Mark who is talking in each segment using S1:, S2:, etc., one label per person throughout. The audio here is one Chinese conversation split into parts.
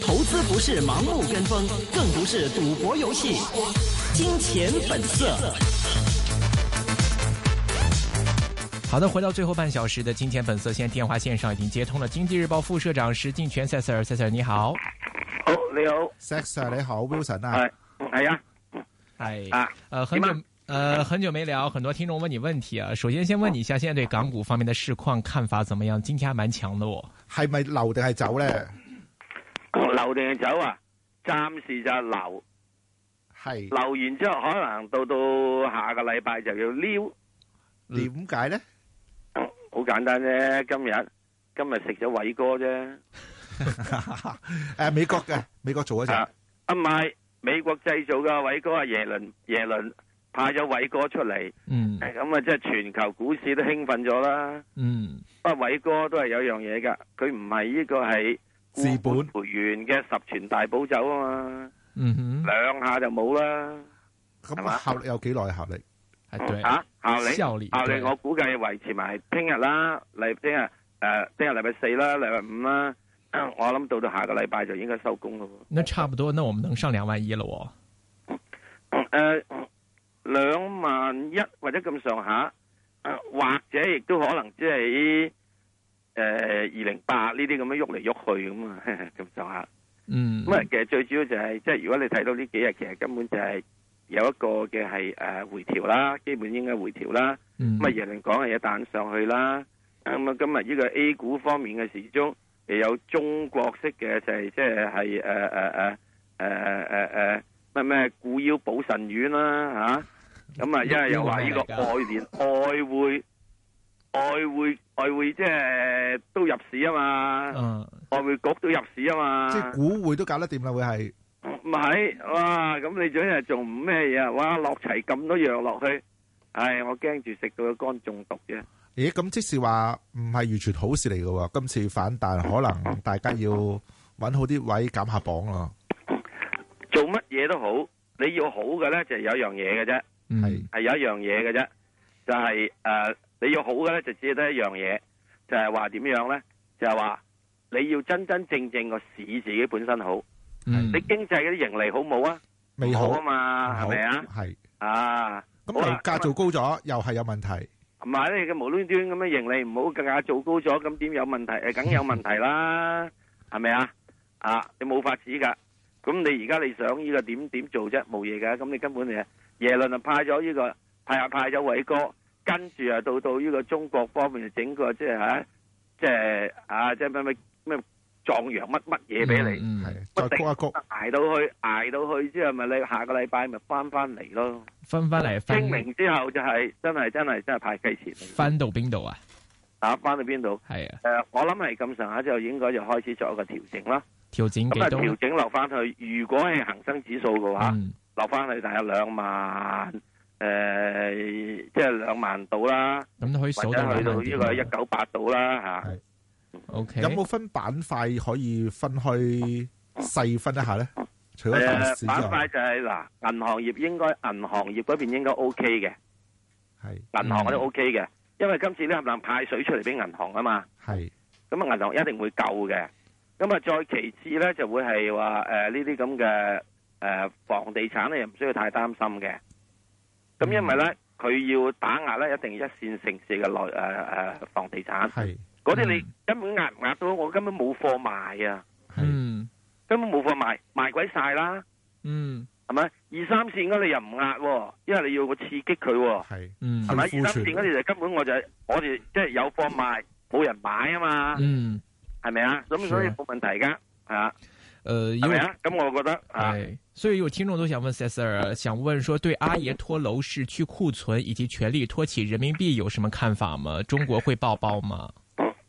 S1: 投资不是盲目跟风，更不是赌博游戏。金钱本色。
S2: 好的，回到最后半小时的金钱本色，现在电话线上已经接通了《经济日报》副社长石敬全 s 塞 r s 塞 r 你好，
S3: 好，你好，
S4: Sex 啊，你好，Wilson 啊，
S3: 系系啊，
S2: 哎，
S3: 啊，
S2: 呃，很
S3: 你
S2: 久呃很久没聊，很多听众问你问题啊。首先先问你一下，现在对港股方面的市况看法怎么样？今天还蛮强的哦。
S4: 系咪留定系 走咧？
S3: 留定係走啊？暫時就係留，
S4: 系
S3: 留完之後可能到到下個禮拜就要撩， 嗯
S4: 点解 咧？
S3: 好簡單啫。今日今日食咗偉哥啫，
S4: 诶，美國嘅美國做嗰
S3: 啊
S4: 只，
S3: 啊唔係美國製造嘅偉哥啊，耶倫耶倫派咗偉哥出嚟，
S2: 嗯
S3: 咁啊即係全球股市都興奮咗啦。
S2: 嗯
S3: 不過偉哥都係有樣嘢㗎，佢唔係呢個係
S4: 治本
S3: 培元嘅十全大補酒啊嘛，
S2: 嗯哼，
S3: 兩下就冇啦。係嘛
S4: 咁效力有幾耐效力？
S2: 哎对，
S3: 啊，效力
S2: 效力
S3: 效
S2: 對
S3: 力，我估計維持埋聽日啦，禮聽日誒，聽日禮拜四啦，禮拜五啦， 我諗到到下個禮拜就應該收工咯
S2: 那差不多，那我们能上两万一了哦。
S3: 喎。 誒兩萬一或者咁上下，呃或者亦都可能即係誒二零八呢啲咁樣喐嚟喐去咁啊 咁上下。
S2: 嗯，
S3: 咁啊，其實最主要就係、即係如果你睇到呢幾日，其實根本就係有一個嘅係誒回調啦，基本應該回調啦。
S2: 嗯
S3: 咁啊，耶倫講嘅嘢彈上去啦。咁啊，今日呢個 A 股方面嘅時鐘，又有中國式嘅就係即係係誒誒誒誒誒誒乜咩固腰保腎丸啦嚇。咁啊，因為又話呢個外聯外匯外匯外匯即係都入市啊嘛，
S2: 嗯
S3: 外匯局都入市啊嘛。
S4: 即係股會都搞得掂啦，會係
S3: 唔係，哇！咁你仲日仲唔咩嘢啊？哇，落齊咁多藥落去，唉，我驚住食到個肝中毒啫。
S4: 咦？咁即是話唔係完全好事嚟嘅喎。今次反彈可能大家要揾好啲位減下磅咯。
S3: 做乜嘢都好，你要好嘅咧就係有一樣嘢嘅啫，
S2: 嗯
S4: 係
S3: 係有一樣嘢嘅啫，就係、诶你要好嘅咧就只係得一樣嘢，就係話點樣咧？就係、話你要真真正正個市自己本身好，
S2: 嗯
S3: 你經濟嗰啲盈利好冇啊？
S4: 未
S3: 唔
S4: 好
S3: 啊嘛，係咪啊？
S4: 係
S3: 啊！
S4: 咁
S3: 好啦
S4: 樓價做高咗，又係有問題。
S3: 唔係咧，佢無端端咁樣盈利唔好，價格做高咗，咁點 有問題？誒，梗有問題啦，係咪啊？啊，你冇法子噶。咁你而家你想呢個點點做啫？冇嘢噶。咁你根本你耶倫就派咗呢、個派下派咗偉哥，跟住啊到到呢個中國方面就整個即係嚇，即係啊即係咩咩咩壯陽乜乜嘢俾你，哎
S2: 嗯嗯
S4: 係再谷一谷，
S3: 捱到去捱到去之後，咪你下個禮拜咪翻翻嚟咯。
S2: 翻翻嚟翻
S3: 清明之後就係、真係真係真係派雞錢嚟
S2: 翻到邊度啊？
S3: 打翻到邊度？
S2: 係啊，
S3: 诶、呃我諗係咁上下之後，應該就開始作一個調整啦。
S2: 調整幾
S3: 咁啊，啊
S2: 多
S3: 調？整落翻去，如果係恒生指數嘅話，
S2: 嗯
S3: 落翻去大約兩萬，诶、即係兩萬度啦，
S2: 咁都可以
S3: 或
S2: 數
S3: 者
S2: 到
S3: 去
S2: 兩
S3: 到
S2: 萬
S3: 呢
S2: 點啊
S3: 個一九八度啦吓。
S4: 係
S2: O K，
S4: 有冇分板塊可以分開細分一下咧？除咗
S3: 诶、
S4: 大市之
S3: 板塊，
S4: 外
S3: 就係嗱，銀行業應該銀行業嗰邊應該 O K 嘅，
S4: 係
S3: 銀行嗰啲 O K 嘅，因為今次呢冚唪唥派水出嚟俾銀行啊嘛。
S4: 係
S3: 咁啊銀行一定會救嘅。咁啊，再其次咧就會係話誒呢啲咁嘅誒房地產咧，又唔需要太擔心嘅。咁因為
S2: 嗯
S3: 咧，佢要打壓咧，一定一線城市嘅內誒誒房地產
S4: 係
S3: 嗰啲，你
S2: 嗯
S3: 根本壓唔壓到，我根本冇貨賣啊，
S4: 係
S2: 嗯
S3: 根本冇貨賣，賣鬼晒啦，
S2: 嗯
S3: 係咪？二三線嗰你又唔壓喎，因為你要個刺激佢喎，
S4: 係
S2: 嗯
S3: 係咪？
S4: 去庫
S3: 二三線
S4: 存
S3: 嗰啲就根本我就我哋即係有貨賣，冇人買啊嘛。
S2: 嗯，
S3: 系咪啊？咁
S2: 是
S3: 所以冇問題噶，啊，
S2: 呃，
S3: 系
S2: 因
S3: 咪
S2: 為
S3: 啊？咁我覺得啊，
S2: 哎，所以有听众都想问 c e s a r 想问说对阿爷拖楼市、去库存以及全力托起人民币有什么看法吗？中国会爆煲吗？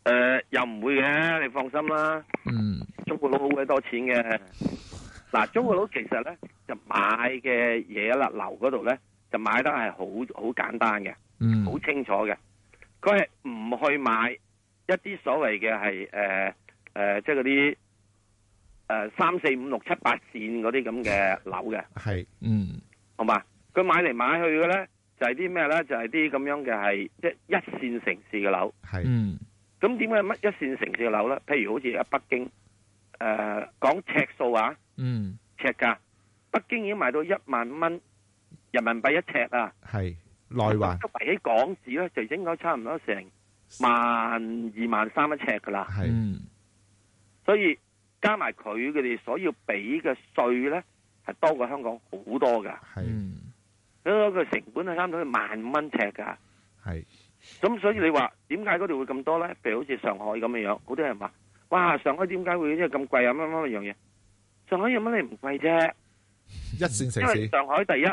S3: 诶、又唔會嘅，你放心啦。
S2: 嗯
S3: 中國佬好鬼多錢嘅，嗱、中國佬其實咧就買嘅嘢啦，樓嗰度咧就買得係好好簡單嘅，
S2: 嗯
S3: 好清楚嘅。佢係唔去買一啲所謂嘅係诶诶，即係嗰啲诶三四五六七八線嗰啲咁嘅樓嘅。
S4: 係
S2: 嗯
S3: 好嘛？佢買嚟買去嘅
S2: Ừ.
S3: 咧，就係啲咩咧？就係啲咁樣嘅係即係一線城市嘅樓，
S4: 係
S2: 嗯
S3: 咁點解乜一線城市嘅樓咧？譬如好似喺北京，誒、呃講尺數啊，
S2: 嗯，
S3: 尺價，北京已經賣到一萬蚊人民幣一尺啊！
S4: 係內環
S3: 都比起港紙咧，就應該差唔多成萬二萬三一尺噶啦。
S4: 係
S2: 嗯，
S3: 所以加埋佢佢哋所要俾嘅税咧，係多過香港好多噶。
S4: 係
S2: 嗯，
S3: 香港嘅成本係差唔多萬蚊尺噶。
S4: 係
S3: 咁所以你話點解嗰度會咁多咧？譬如好似上海咁樣樣，好多人話：哇，上海點解會即係咁貴啊？乜乜乜樣嘢？上海有乜你唔貴啫？
S4: 一線
S3: 因
S4: 城
S3: 為
S4: 市
S3: 上海第一，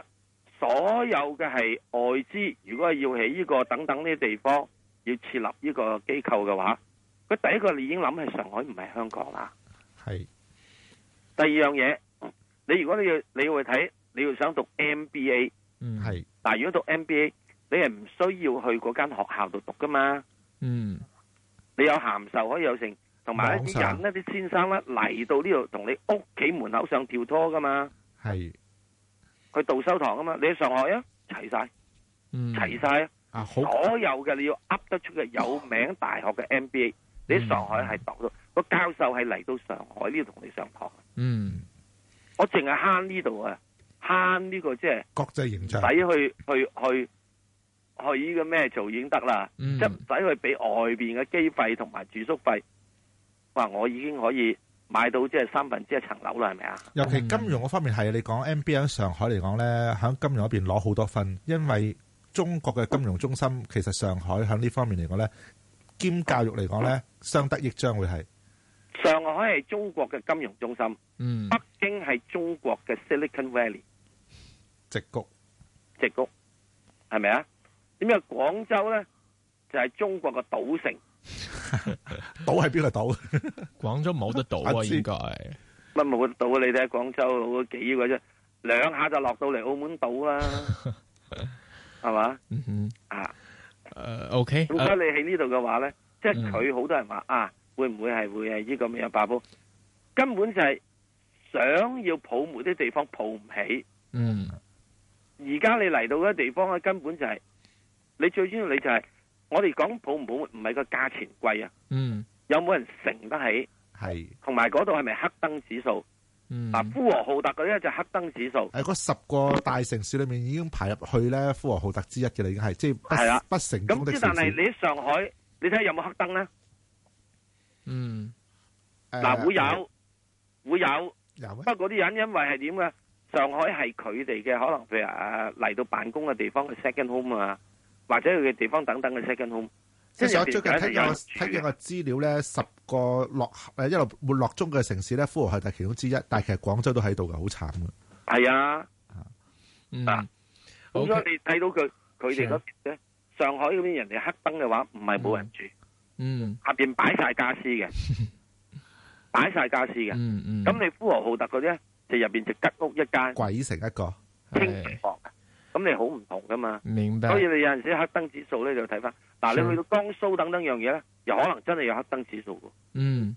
S3: 所有嘅係外資，如果係要喺呢個等等呢啲地方要設立呢個機構嘅話，佢第一個你已經諗係上海唔係香港啦。
S4: 係
S3: 第二樣嘢，你如果你要你要去睇，你要想讀 MBA，
S2: 嗯，
S4: 係
S3: 但如果讀 MBA，你係唔需要去嗰間學校度讀噶嘛？
S2: 嗯，
S3: 你有函授可以有成，同埋
S4: 網
S3: 一啲
S4: 上
S3: 人一啲先生咧嚟到呢度同你屋企門口上跳拖噶嘛，
S4: 係
S3: 去導修堂啊嘛，你喺上海啊，齊晒
S2: 嗯，
S3: 齊晒啊！
S4: 啊好
S3: 所有嘅你要噏得出嘅有名大學嘅 MBA，你喺上海係讀到個教授係嚟到上海呢度同你上堂，啊
S2: 嗯，
S3: 我淨係慳呢度啊，慳呢個即係
S4: 國際形象，
S3: 使去去去去呢個咩做已經得啦，
S2: 嗯
S3: 即係唔使去俾外邊嘅機費同埋住宿費。哇！我已經可以買到即係三分之一層樓啦，係咪啊？
S4: 尤其金融嗰方面係你講 MBA 喺上海嚟講咧，喺金融嗰邊攞好多分，因為中國嘅金融中心其實上海喺呢方面嚟講咧，兼教育嚟講咧，相得益彰會係
S3: 上海係中國嘅金融中心，
S2: 嗯
S3: 北，京係中國嘅 Silicon Valley
S4: 直局
S3: 直谷，係咪啊？點解廣州呢？就係、中國嘅賭城？
S4: 島係邊個島？
S2: 廣州冇得到
S4: 我
S2: 啊，
S4: 知
S2: 應該，
S3: 乜冇得賭啊？你睇下廣州佬幾個啫，兩下就落到嚟澳門島 啦，係嘛
S2: 嗯哼，
S3: 啊？
S2: 誒，OK，呃
S3: 咁所以你喺呢度嗯嘅話咧，即係佢好多人話啊，會唔會係會係呢個咁樣爆煲？根本就係想要泡沫啲地方泡唔起。
S2: 嗯，
S3: 而家你嚟到嗰啲地方咧，根本就係、你最主要你就係、我哋講泡唔泡沫，唔係個價錢貴啊，
S2: 嗯，
S3: 有冇人承得起？
S4: 係
S3: 同埋嗰度係咪黑燈指數？
S2: 嗯，
S3: 嗱、呼和浩特嗰啲咧就黑燈指數，
S4: 誒嗰十個大城市裏面已經排入去咧，呼和浩特之一嘅啦，已經係即
S3: 係
S4: 係
S3: 啦
S4: 不不成功
S3: 咁
S4: 的
S3: 之
S4: 城
S3: 但係
S4: 市。
S3: 你喺上海，你睇下有冇黑燈咧？
S2: 嗯，
S3: 嗱、
S4: 誒
S3: 會有，會有。
S4: 有啊咩？
S3: 不過嗰啲人因為係點嘅？上海係佢哋嘅可能譬如啊嚟到辦公嘅地方嘅 second home 啊，或者佢嘅地方等等嘅 second home。
S4: 即係我
S3: 即係
S4: 最近睇
S3: 有
S4: 有
S3: 人
S4: 睇見個資料咧，十個落誒一路沒落中嘅城市咧，呼和浩特其中之一，但係其實廣州都喺度嘅，好慘嘅。
S3: 係啊，
S2: 嗯
S3: 嗱，咁
S2: OK
S3: 所以你睇到佢佢哋嗰
S2: 係
S3: 邊咧，上海嗰邊人哋黑燈嘅話，唔係冇人住，
S2: 嗯，
S3: 下邊擺晒家 私嘅，擺晒家私嘅。
S2: 嗯，嗯，
S3: 咁你呼和浩特嗰啲咧，就入邊就吉屋一間
S4: 鬼城一個
S3: 清平
S2: 係
S3: 房嘅，咁你好唔同噶嘛。
S2: 哎明白
S3: 所以，你有陣時黑燈指數咧，你就睇翻。嗱，你去到江蘇等等樣嘢咧，又可能真係有黑燈指數喎。
S2: 嗯，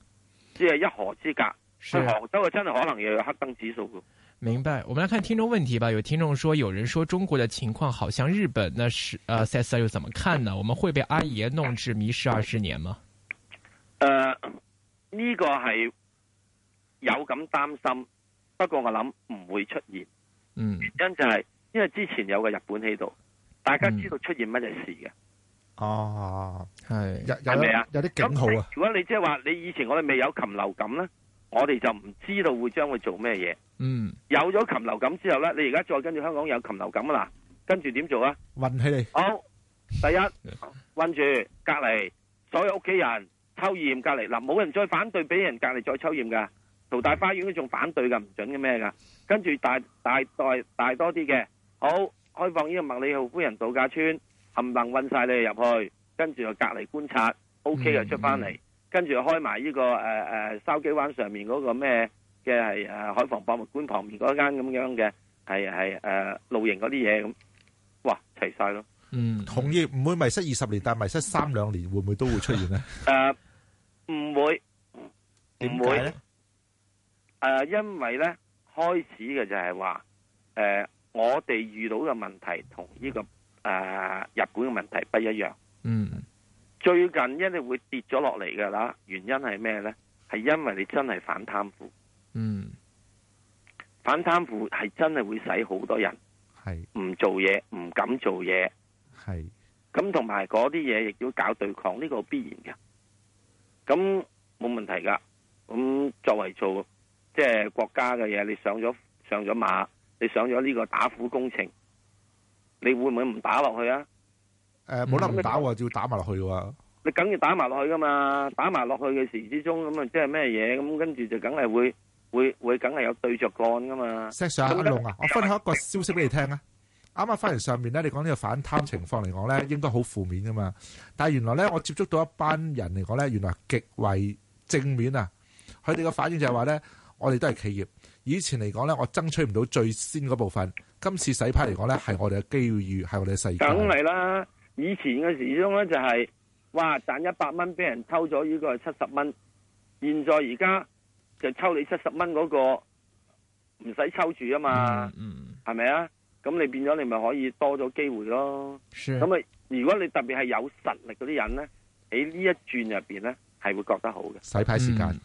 S3: 只係一河之隔。去
S2: 是。
S3: 杭州啊，真係可能又有黑燈指數嘅。
S2: 明白，我们来看听众问题吧。有听众说，有人说中国的情况好像日本，那是呃 s e s 又怎么看呢？我们会被阿爷弄至迷失二十年吗？
S3: 誒、呃呢、個係有咁擔心，不過我諗唔會出現。
S2: 嗯
S3: 原因就係、因為之前有個日本喺度，大
S4: 嗯
S3: 家知道出現乜嘢事嘅。
S4: 哦，
S2: 係
S4: 有有
S3: 係咪啊
S4: 有啲
S3: 咁
S4: 警號啊！
S3: 如果你即係話你以前我哋未有禽流感咧，我哋就唔知道會將會做咩嘢。
S2: 嗯
S3: 有咗禽流感之後咧，你而家再跟住香港有禽流感啦，跟住點做啊？
S4: 運起你
S3: 好，第
S2: 嗯
S3: 一困住隔離所有屋企人抽驗隔離嗱，冇人再反對俾人隔離再抽驗噶。淘大花園都仲反對噶，唔準嘅咩噶。跟住大大大大多啲嘅，好開放呢個麥理浩夫人度假村，冚唪唥運晒你哋入去，跟住就隔離觀察，OK
S2: 嗯
S3: 就出翻嚟，跟住就開埋呢、個誒誒筲箕灣上面嗰個咩嘅係誒海防博物館旁邊嗰間咁樣嘅係係誒露營嗰啲嘢咁，哇齊晒咯！
S2: 嗯，
S4: 行業唔會迷失二十年，但迷失三兩年，會唔會都會出現 呢？
S3: 誒呃唔會，
S4: 點
S3: 唔
S4: 解
S3: 會
S4: 咧
S3: 誒、因為咧開始嘅就係話誒，我哋呃遇到嘅問題同呢、個誒、日本嘅問題不一樣。
S2: 嗯
S3: 最近一定會跌咗落嚟㗎啦，原因係咩呢？係因為你真係反貪腐，
S2: 嗯
S3: 反貪腐係真係會使好多人
S4: 係
S3: 唔做嘢，唔敢做嘢。
S4: 係
S3: 咁同埋嗰啲嘢亦都搞對抗，呢、個必然嘅。咁冇問題噶。咁作為做即係國家嘅嘢，你上咗上咗馬，你上咗呢個打虎工程，你會唔會唔打落去啊？
S4: 誒冇得
S3: 嗯
S4: 唔打喎，要打埋落去喎。
S3: 你梗要打埋落去噶嘛？打埋落去嘅時之中，咁啊即係咩嘢？咁跟住就梗係會會會梗係有對着幹噶嘛？
S4: 石 Sir 阿龍啊，我分享一個消息俾你聽啊！啱啱翻嚟上面咧，你講呢個反貪情況嚟講咧，應該好負面噶嘛。但係原來咧，我接觸到一班人嚟講咧，原來極為正面啊！佢哋嘅反應就係話咧，我哋都係企業，以前嚟講咧，我爭取唔到最先嗰部分，今次洗牌嚟講咧，係我哋嘅機遇，係我哋嘅世界。
S3: 梗係啦！以前嘅時鐘咧就係、哇賺一百蚊俾人抽咗呢個係七十蚊，現在而家就抽你七十蚊嗰個唔使抽住啊嘛，
S2: 嗯，
S3: 係咪啊？咁你變咗你咪可以多咗機會咯。
S2: 是，
S3: 咁啊，如果你特別係有實力嗰啲人咧，喺呢一轉入邊咧係會覺得好嘅。
S4: 洗牌時間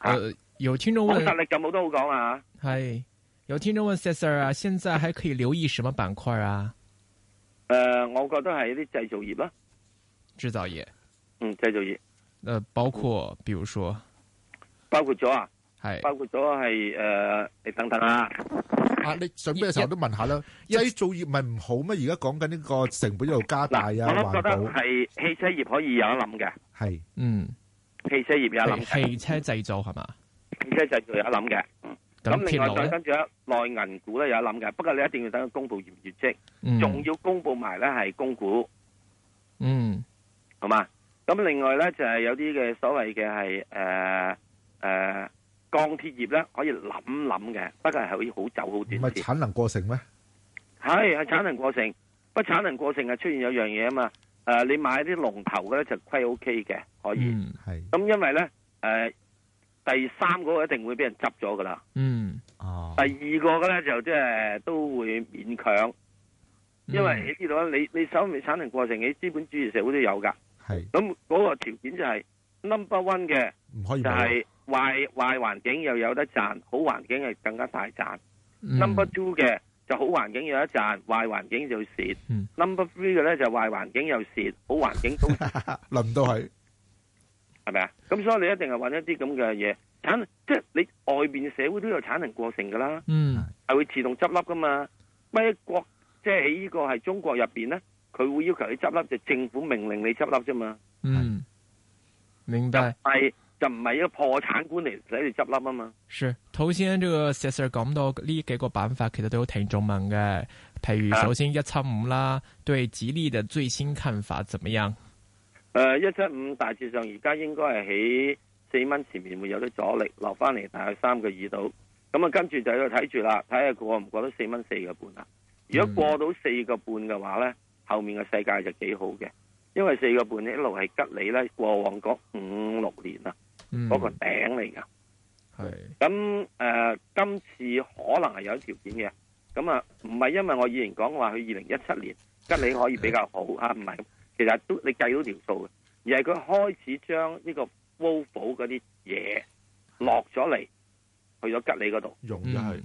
S2: 嗯，呃，有听众
S3: 冇
S2: 问
S3: 實，力就冇得好講啊啦
S2: 嗨，有听众问 s i s 啊，现在还可以留意什么板块啊？
S3: 誒、我覺得係啲製造業啦，
S2: 制造业，
S3: 嗯，製造業
S2: 呃，包括比如说，
S3: 包括咗啊，
S2: 嗨，
S3: 包括咗係誒，你等等啊。
S4: 啊，你準備嘅時候都問下啦。製造業咪唔好咩？而家講緊呢個成本一路加大啊，
S3: 嗱，我都覺得
S4: 環保
S3: 係汽車業可以有得諗嘅，
S4: 係
S2: 嗯，
S3: 汽車業有得諗嘅，
S2: 汽汽车制造系嘛？
S3: 汽車製造有得諗嘅。咁
S2: 咁
S3: 另
S2: 铁
S3: 外
S2: 路
S3: 再
S2: 咧，
S3: 跟住咧，內銀股咧有得諗嘅，不過你一定要等佢公佈業業績，仲
S2: 嗯
S3: 要公佈埋咧係供股，
S2: 嗯
S3: 好嘛？咁另外咧就係有啲嘅所謂嘅係誒誒鋼鐵業咧可以諗諗嘅，不過係可以好走好
S4: 唔
S3: 短
S4: 係
S3: 線，
S4: 產能過剩咩？
S3: 係係產能過剩，不過產能過剩係出現有樣嘢啊嘛。誒、你買啲龍頭嘅咧就虧 O K 嘅，可以。
S2: 嗯
S4: 係
S3: 咁因為咧，誒、第三嗰個一定會俾人執咗噶啦，
S2: 嗯，
S4: 哦
S3: 第。二個嘅咧就即係都會勉強，
S2: 嗯
S3: 因為你知道啦，你你手未產能過程喺資本主義社會都有噶，
S4: 系
S3: 咁嗰個條件就係、number one 嘅
S4: 唔可以
S3: 就
S4: 冇
S3: 係壞壞環境又有得賺，好環境係更加大賺。
S2: 嗯
S3: number two 嘅就好環境有得賺，壞環境就蝕。
S2: 嗯
S3: number three 嘅咧就壞環境又蝕，好環境都
S4: 啊輪唔到佢，
S3: 係咪啊？咁所以你一定係揾一啲咁嘅嘢產，即係你外邊社會都有產能過剩㗎啦，
S2: 嗯
S3: 係會自動執笠㗎嘛。咩國即係喺呢個係中國入邊咧，佢會要求你執笠，就政府命令你執笠啫嘛，
S2: 嗯，明
S3: 就
S2: 白。
S3: 係就唔係一個破產官嚟使你執笠啊嘛。
S2: 是，頭先呢個石 Sir 講到呢幾個板塊，其實都有聽眾問嘅，譬
S3: 啊
S2: 如首先一七五啦，對吉利嘅最新看法怎麼樣？
S3: 誒呃一七五大致上而家應該係喺四蚊前面會有啲阻力，落翻嚟大概三個二度。咁啊，跟住就要睇住啦，睇下過唔過到四蚊四個半啦。如果過到四個半嘅話呢，後面嘅世界就幾好嘅，因為四個半一路係吉利呢過往嗰五六年啊
S2: 嗯，
S3: 嗰、個頂嚟㗎。
S2: 係
S3: 咁誒、呃今次可能係有條件嘅。咁啊，唔係因為我以前講話佢二零一七年吉利可以比較好啊，唔係，其實都你計到條數嘅，而係佢開始將呢個 Volvo 嗰啲嘢落咗嚟，去咗吉利嗰度，
S4: 用咗佢
S2: 嗯，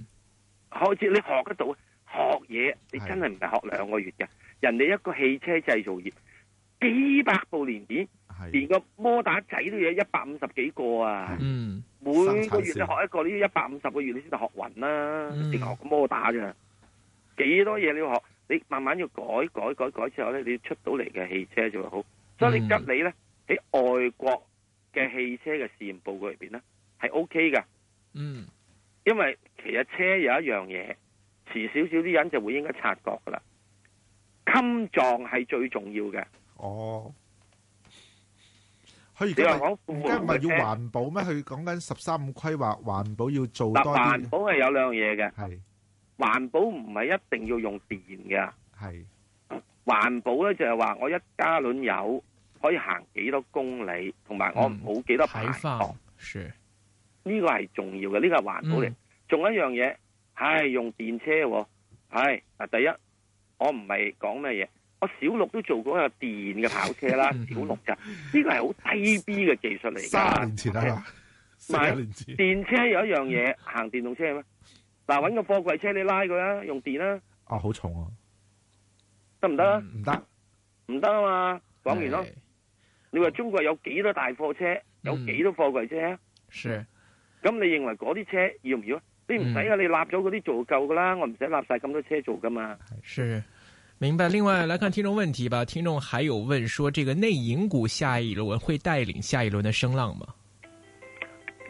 S3: 開始你學得到學嘢，你
S4: 係
S3: 真係唔係學兩個月嘅，人哋一個汽車製造業幾百部年件，連
S4: 係
S3: 個摩打仔都有一百五十幾個啊！
S2: 嗯
S3: 每個月你學一個，呢一百五十個月你先至學暈啦，
S2: 嗯
S3: 淨係學個摩打啫。幾多嘢你要學，你慢慢要改改改改之後咧，你出到嚟嘅汽車就會好。
S4: 嗯
S3: 所以你吉利咧喺外國嘅汽車嘅試驗報告裏邊咧係 O K 噶，
S2: 嗯
S3: 因為其實車有一樣嘢，遲少少啲人就會應該察覺噶啦。襟撞係最重要嘅，
S4: 哦。佢而
S3: 你
S4: 家
S3: 話
S4: 咪
S3: 講
S4: 而
S3: 富豪嘅
S4: 家唔係要
S3: 車，
S4: 環保咩？佢講緊十三五規劃環保要做
S3: 嗱
S4: 多
S3: 環
S4: 啲，
S3: 保係有兩樣嘢嘅，
S4: 係
S3: 環保唔係一定要用電㗎。
S4: 係
S3: 環保咧就係話我一加侖油可以行幾多公里，同埋我
S2: 嗯
S3: 冇幾多排
S2: 排
S3: 放，
S2: 放是，
S3: 呢個係重要嘅，呢個係環保嚟
S2: 嗯。
S3: 仲有一樣嘢，唉，用電車喎，唉，嗱，第一我唔係講咩嘢，我小六都做過一個電嘅跑 車啦，小六咋？呢個係好低 B 嘅技術嚟㗎。
S4: 卅年前啊嘛，四
S3: 係
S4: 十年前
S3: 電車有一樣嘢，行電動車咩？嗱，揾個貨櫃車你拉佢啦，用電啦，
S4: 啊，好重啊，
S3: 得唔得
S2: 嗯
S3: 啊？
S4: 唔得，
S3: 唔得啊嘛，講完咯。
S2: 哎
S3: 你話中國有幾多大貨車，有
S2: 嗯
S3: 幾多貨櫃車啊？
S2: 是，
S3: 咁你認為嗰啲車要唔要啊？你唔使啊，
S2: 嗯
S3: 你立咗嗰啲做夠噶啦，我唔使立晒咁多車做噶嘛。
S2: 是，明白。另外来看听众问题吧，听众还有问说，这个内银股下一轮会带领下一轮的声浪吗？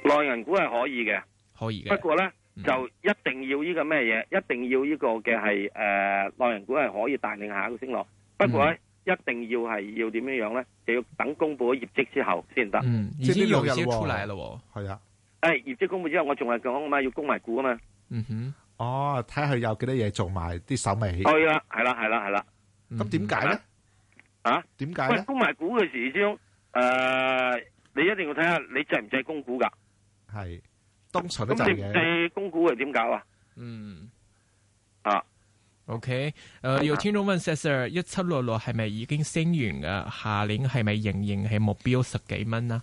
S3: 內銀股係可以嘅，
S2: 可以
S3: 不
S2: 嘅，
S3: 過呢，
S2: 嗯
S3: 就一定要呢個咩嘢，一定要呢個嘅係誒內銀股係可以帶領下一個升浪。不過
S2: 嗯
S3: 呢，一定要係要點樣樣呢？就要等公佈咗業績之後先得。誒、
S2: 嗯，已
S4: 即係呢
S2: 经有
S4: 兩日
S2: 些
S4: 喎
S2: 出来了哦，
S4: 係啊，
S3: 業績公佈之後，我仲係講啊嘛，要供埋股啊嘛。
S2: 嗯哼，
S4: 哦，睇下佢有幾多嘢做埋啲手尾，
S3: 對啦，係啦，係啦，係啦。
S2: 嗯
S4: 咁
S2: 哼
S4: 點解咧？
S3: 啊？
S4: 點解
S3: 喂，
S4: 咧？
S3: 供埋股嘅時之中，誒、你一定要睇下你制唔制供股㗎。
S4: 係東巡都就
S3: 咁
S4: 係
S3: 你唔
S4: 嘅，
S3: 制供股係啊點搞啊？
S2: 嗯
S3: 啊
S2: ，OK，誒有聽眾問 Sir，一七六六係咪已經升完噶？下年係咪仍然係目標十幾蚊啊？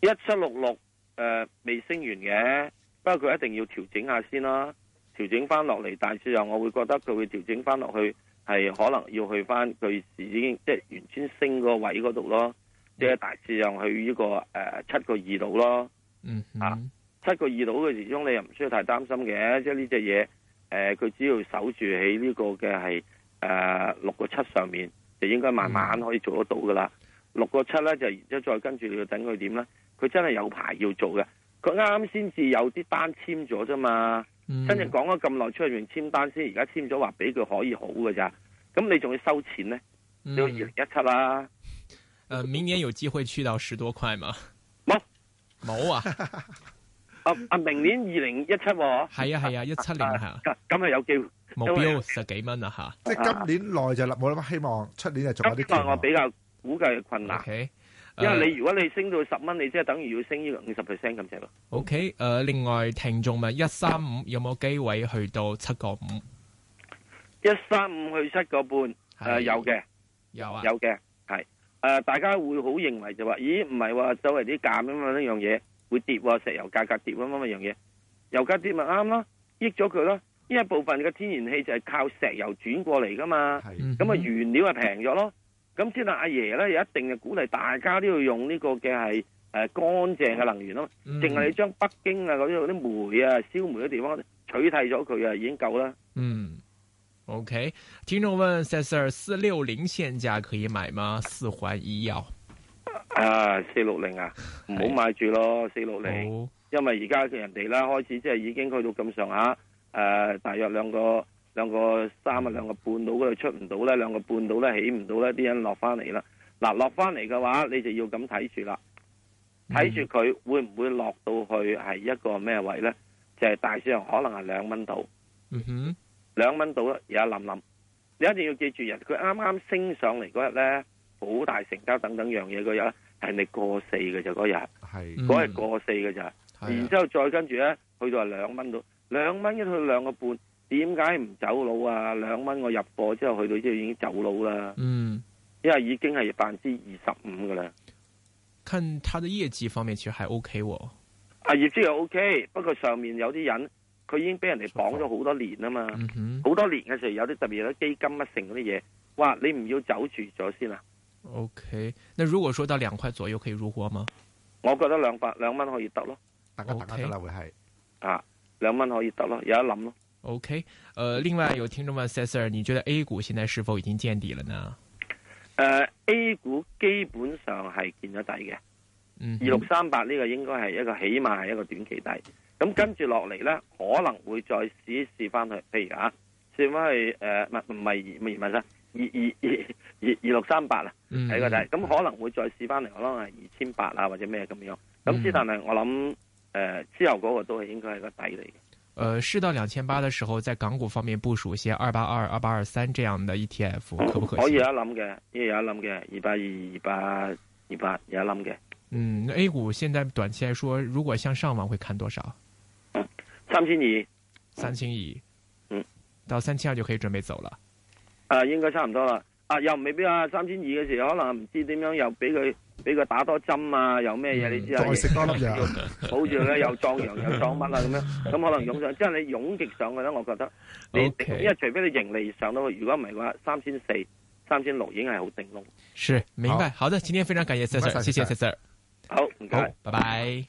S3: 一七六六呃誒未升完嘅，不過佢一定要調整下先啦，調整翻落嚟大致上，我會覺得佢會調整翻落去，係可能要去翻佢已經即係原先升個位嗰度咯，即係大致上去呢、個誒七個二度咯，
S2: 嗯哼
S3: 啊七個二度嘅時鐘你又唔需要太擔心嘅，即係呢只嘢誒佢只要守住喺呢個嘅係誒六個七上面，就應該慢慢可以做得到噶啦。六個七咧就然之後再跟住你要等佢點咧？佢真係有排要做嘅。佢啱先至有啲單簽咗啫嘛，
S2: 嗯
S3: 真正講咗咁耐出去完簽單先，而家簽咗話俾佢可以好嘅咋。咁你仲要收錢咧？你要二零
S2: 嗯
S3: 一七啦，
S2: 呃，明年有機會去到十多塊嗎？
S3: 冇
S2: 冇啊，
S3: 啊啊！明年二零一七 喎，
S2: 係啊係啊，一七零吓
S3: 咁咁係有機會。
S2: 目標十幾蚊啊吓。
S4: 即係今年內就立冇乜希望，出年就仲有
S3: 咁
S4: 啲
S3: 但係我
S4: 期
S3: 比較估計困難。
S2: OK，
S3: 因
S2: 呃
S3: 為你如果你升到十蚊，你即係等於要升呢個五十 percent 咁啫咯。
S2: OK，誒、另外聽眾問一三五有冇機會去到七個五？
S3: 一三五去七個半，誒、
S2: 係
S3: 呃有嘅，
S2: 有啊，
S3: 有嘅，係誒、大家會好認為就話，咦，唔係話周圍啲價咁樣呢樣嘢會跌喎，石油價格跌咁樣樣嘢，油價跌咪啱咯，益咗佢咯，因為部分嘅天然氣就係靠石油轉過嚟噶嘛，
S4: 係
S2: 嗯哼
S3: 咁啊原料係平咗咯，咁之但阿爺咧又一定係鼓勵大家都要用呢個嘅係誒乾淨嘅能源咯。
S2: 嗯
S3: 淨係你將北京啊嗰啲嗰啲煤啊、燒煤嘅地方取替咗佢啊，已經夠啦。
S2: 嗯。OK，聽眾問 Sir 四六零現價可以買嗎？四環醫藥。
S3: 啊，四六零啊，唔好買住咯，四六零，
S2: 好，
S3: 因為而家嘅人哋啦，開始即係已經去到咁上下，誒、大約兩個兩個三啊，兩個半到嗰度出唔到咧，兩個半到咧起唔到咧，啲人落翻嚟啦。嗱，落翻嚟嘅話，你就要咁睇住啦，
S2: 嗯
S3: 睇住佢會唔會落到去係一個咩位咧？就係、大市場可能係兩蚊度。
S2: 嗯哼，
S3: 兩蚊到啦，而家冧冧。你一定要記住人，佢啱啱升上嚟嗰日咧，好大成交等等樣嘢嗰日呢，係你過四嘅咋嗰日，
S4: 係
S2: 嗯啊
S3: 嗰日過四嘅咋。
S4: 嗯
S3: 然之後再跟住咧，去到係兩蚊到，兩蚊一去到兩個半，點解唔走佬啊？兩蚊我入貨之後去到之後已經走佬啦，
S2: 嗯，
S3: 因為已經係百分之二十五噶啦。
S2: 看它的業績方面其實還 OK 喎。
S3: 啊，業績又 OK，不過上面有啲人佢已經俾人哋綁咗好多年啊嘛。
S2: 嗯哼
S3: 好多年嘅時候，有啲特別有啲基金乜成嗰啲嘢，哇！你唔要走住咗先啊！
S2: ，OK。那如果說到兩塊左右可以入貨嗎？
S3: 我覺得兩百兩蚊可以得咯，
S4: 大家等下
S2: OK
S4: 得啦，會係
S3: 啊，兩蚊可以得咯，有得諗咯。
S2: OK，呃，另外有聽眾問 Sir，你覺得 A 股現在是否已經見底了呢？
S3: 誒、A 股基本上係見咗底嘅，
S2: 嗯哼，
S3: 二六三八呢個應該係一個起碼係一個短期底。咁跟住落嚟呢，可能會再試一試翻去，譬如啊，試翻去誒，唔係唔係唔係唔係啦，二二二二二六三八啊，
S2: 嗯
S3: 睇個底。咁可能會再試翻嚟，可能係二千八啊或者咩咁樣。咁之
S2: 嗯
S3: 但係我諗誒、之後嗰個都係應該係個底嚟嘅。
S2: 呃，試到兩千八的時候，在港股方面部署一些二八二、二八二三這樣的 ETF，可不啊可行？
S3: 嗯可以啊有一諗嘅，亦有一諗嘅，二百二、二百二百有一諗嘅。
S2: 嗯，A 股現在短期來說，如果向上望會看多少？
S3: 三千二，
S2: 三千一，
S3: 嗯，
S2: 到三千二就可以準備走了。
S3: 誒、啊，应该差唔多啦。啊，又未必啊，三千二嘅時候可能唔知點樣又俾佢俾佢打多針啊，又咩嘢
S2: 嗯
S3: 你知啊？
S4: 再食多粒藥，
S3: 保住佢又壯陽又壯乜啊咁樣，咁可能湧上，即係你湧極上去咧，我覺得你
S2: OK
S3: 因為除非你盈利上到去，如果唔係嘅話，三千四、三千六已經係好頂籠。
S2: 是明白。好的，今天非常感谢 Sir，
S4: 明白晒
S2: 谢谢
S4: Sir
S2: Sir，
S3: 好，唔該。
S2: 拜拜。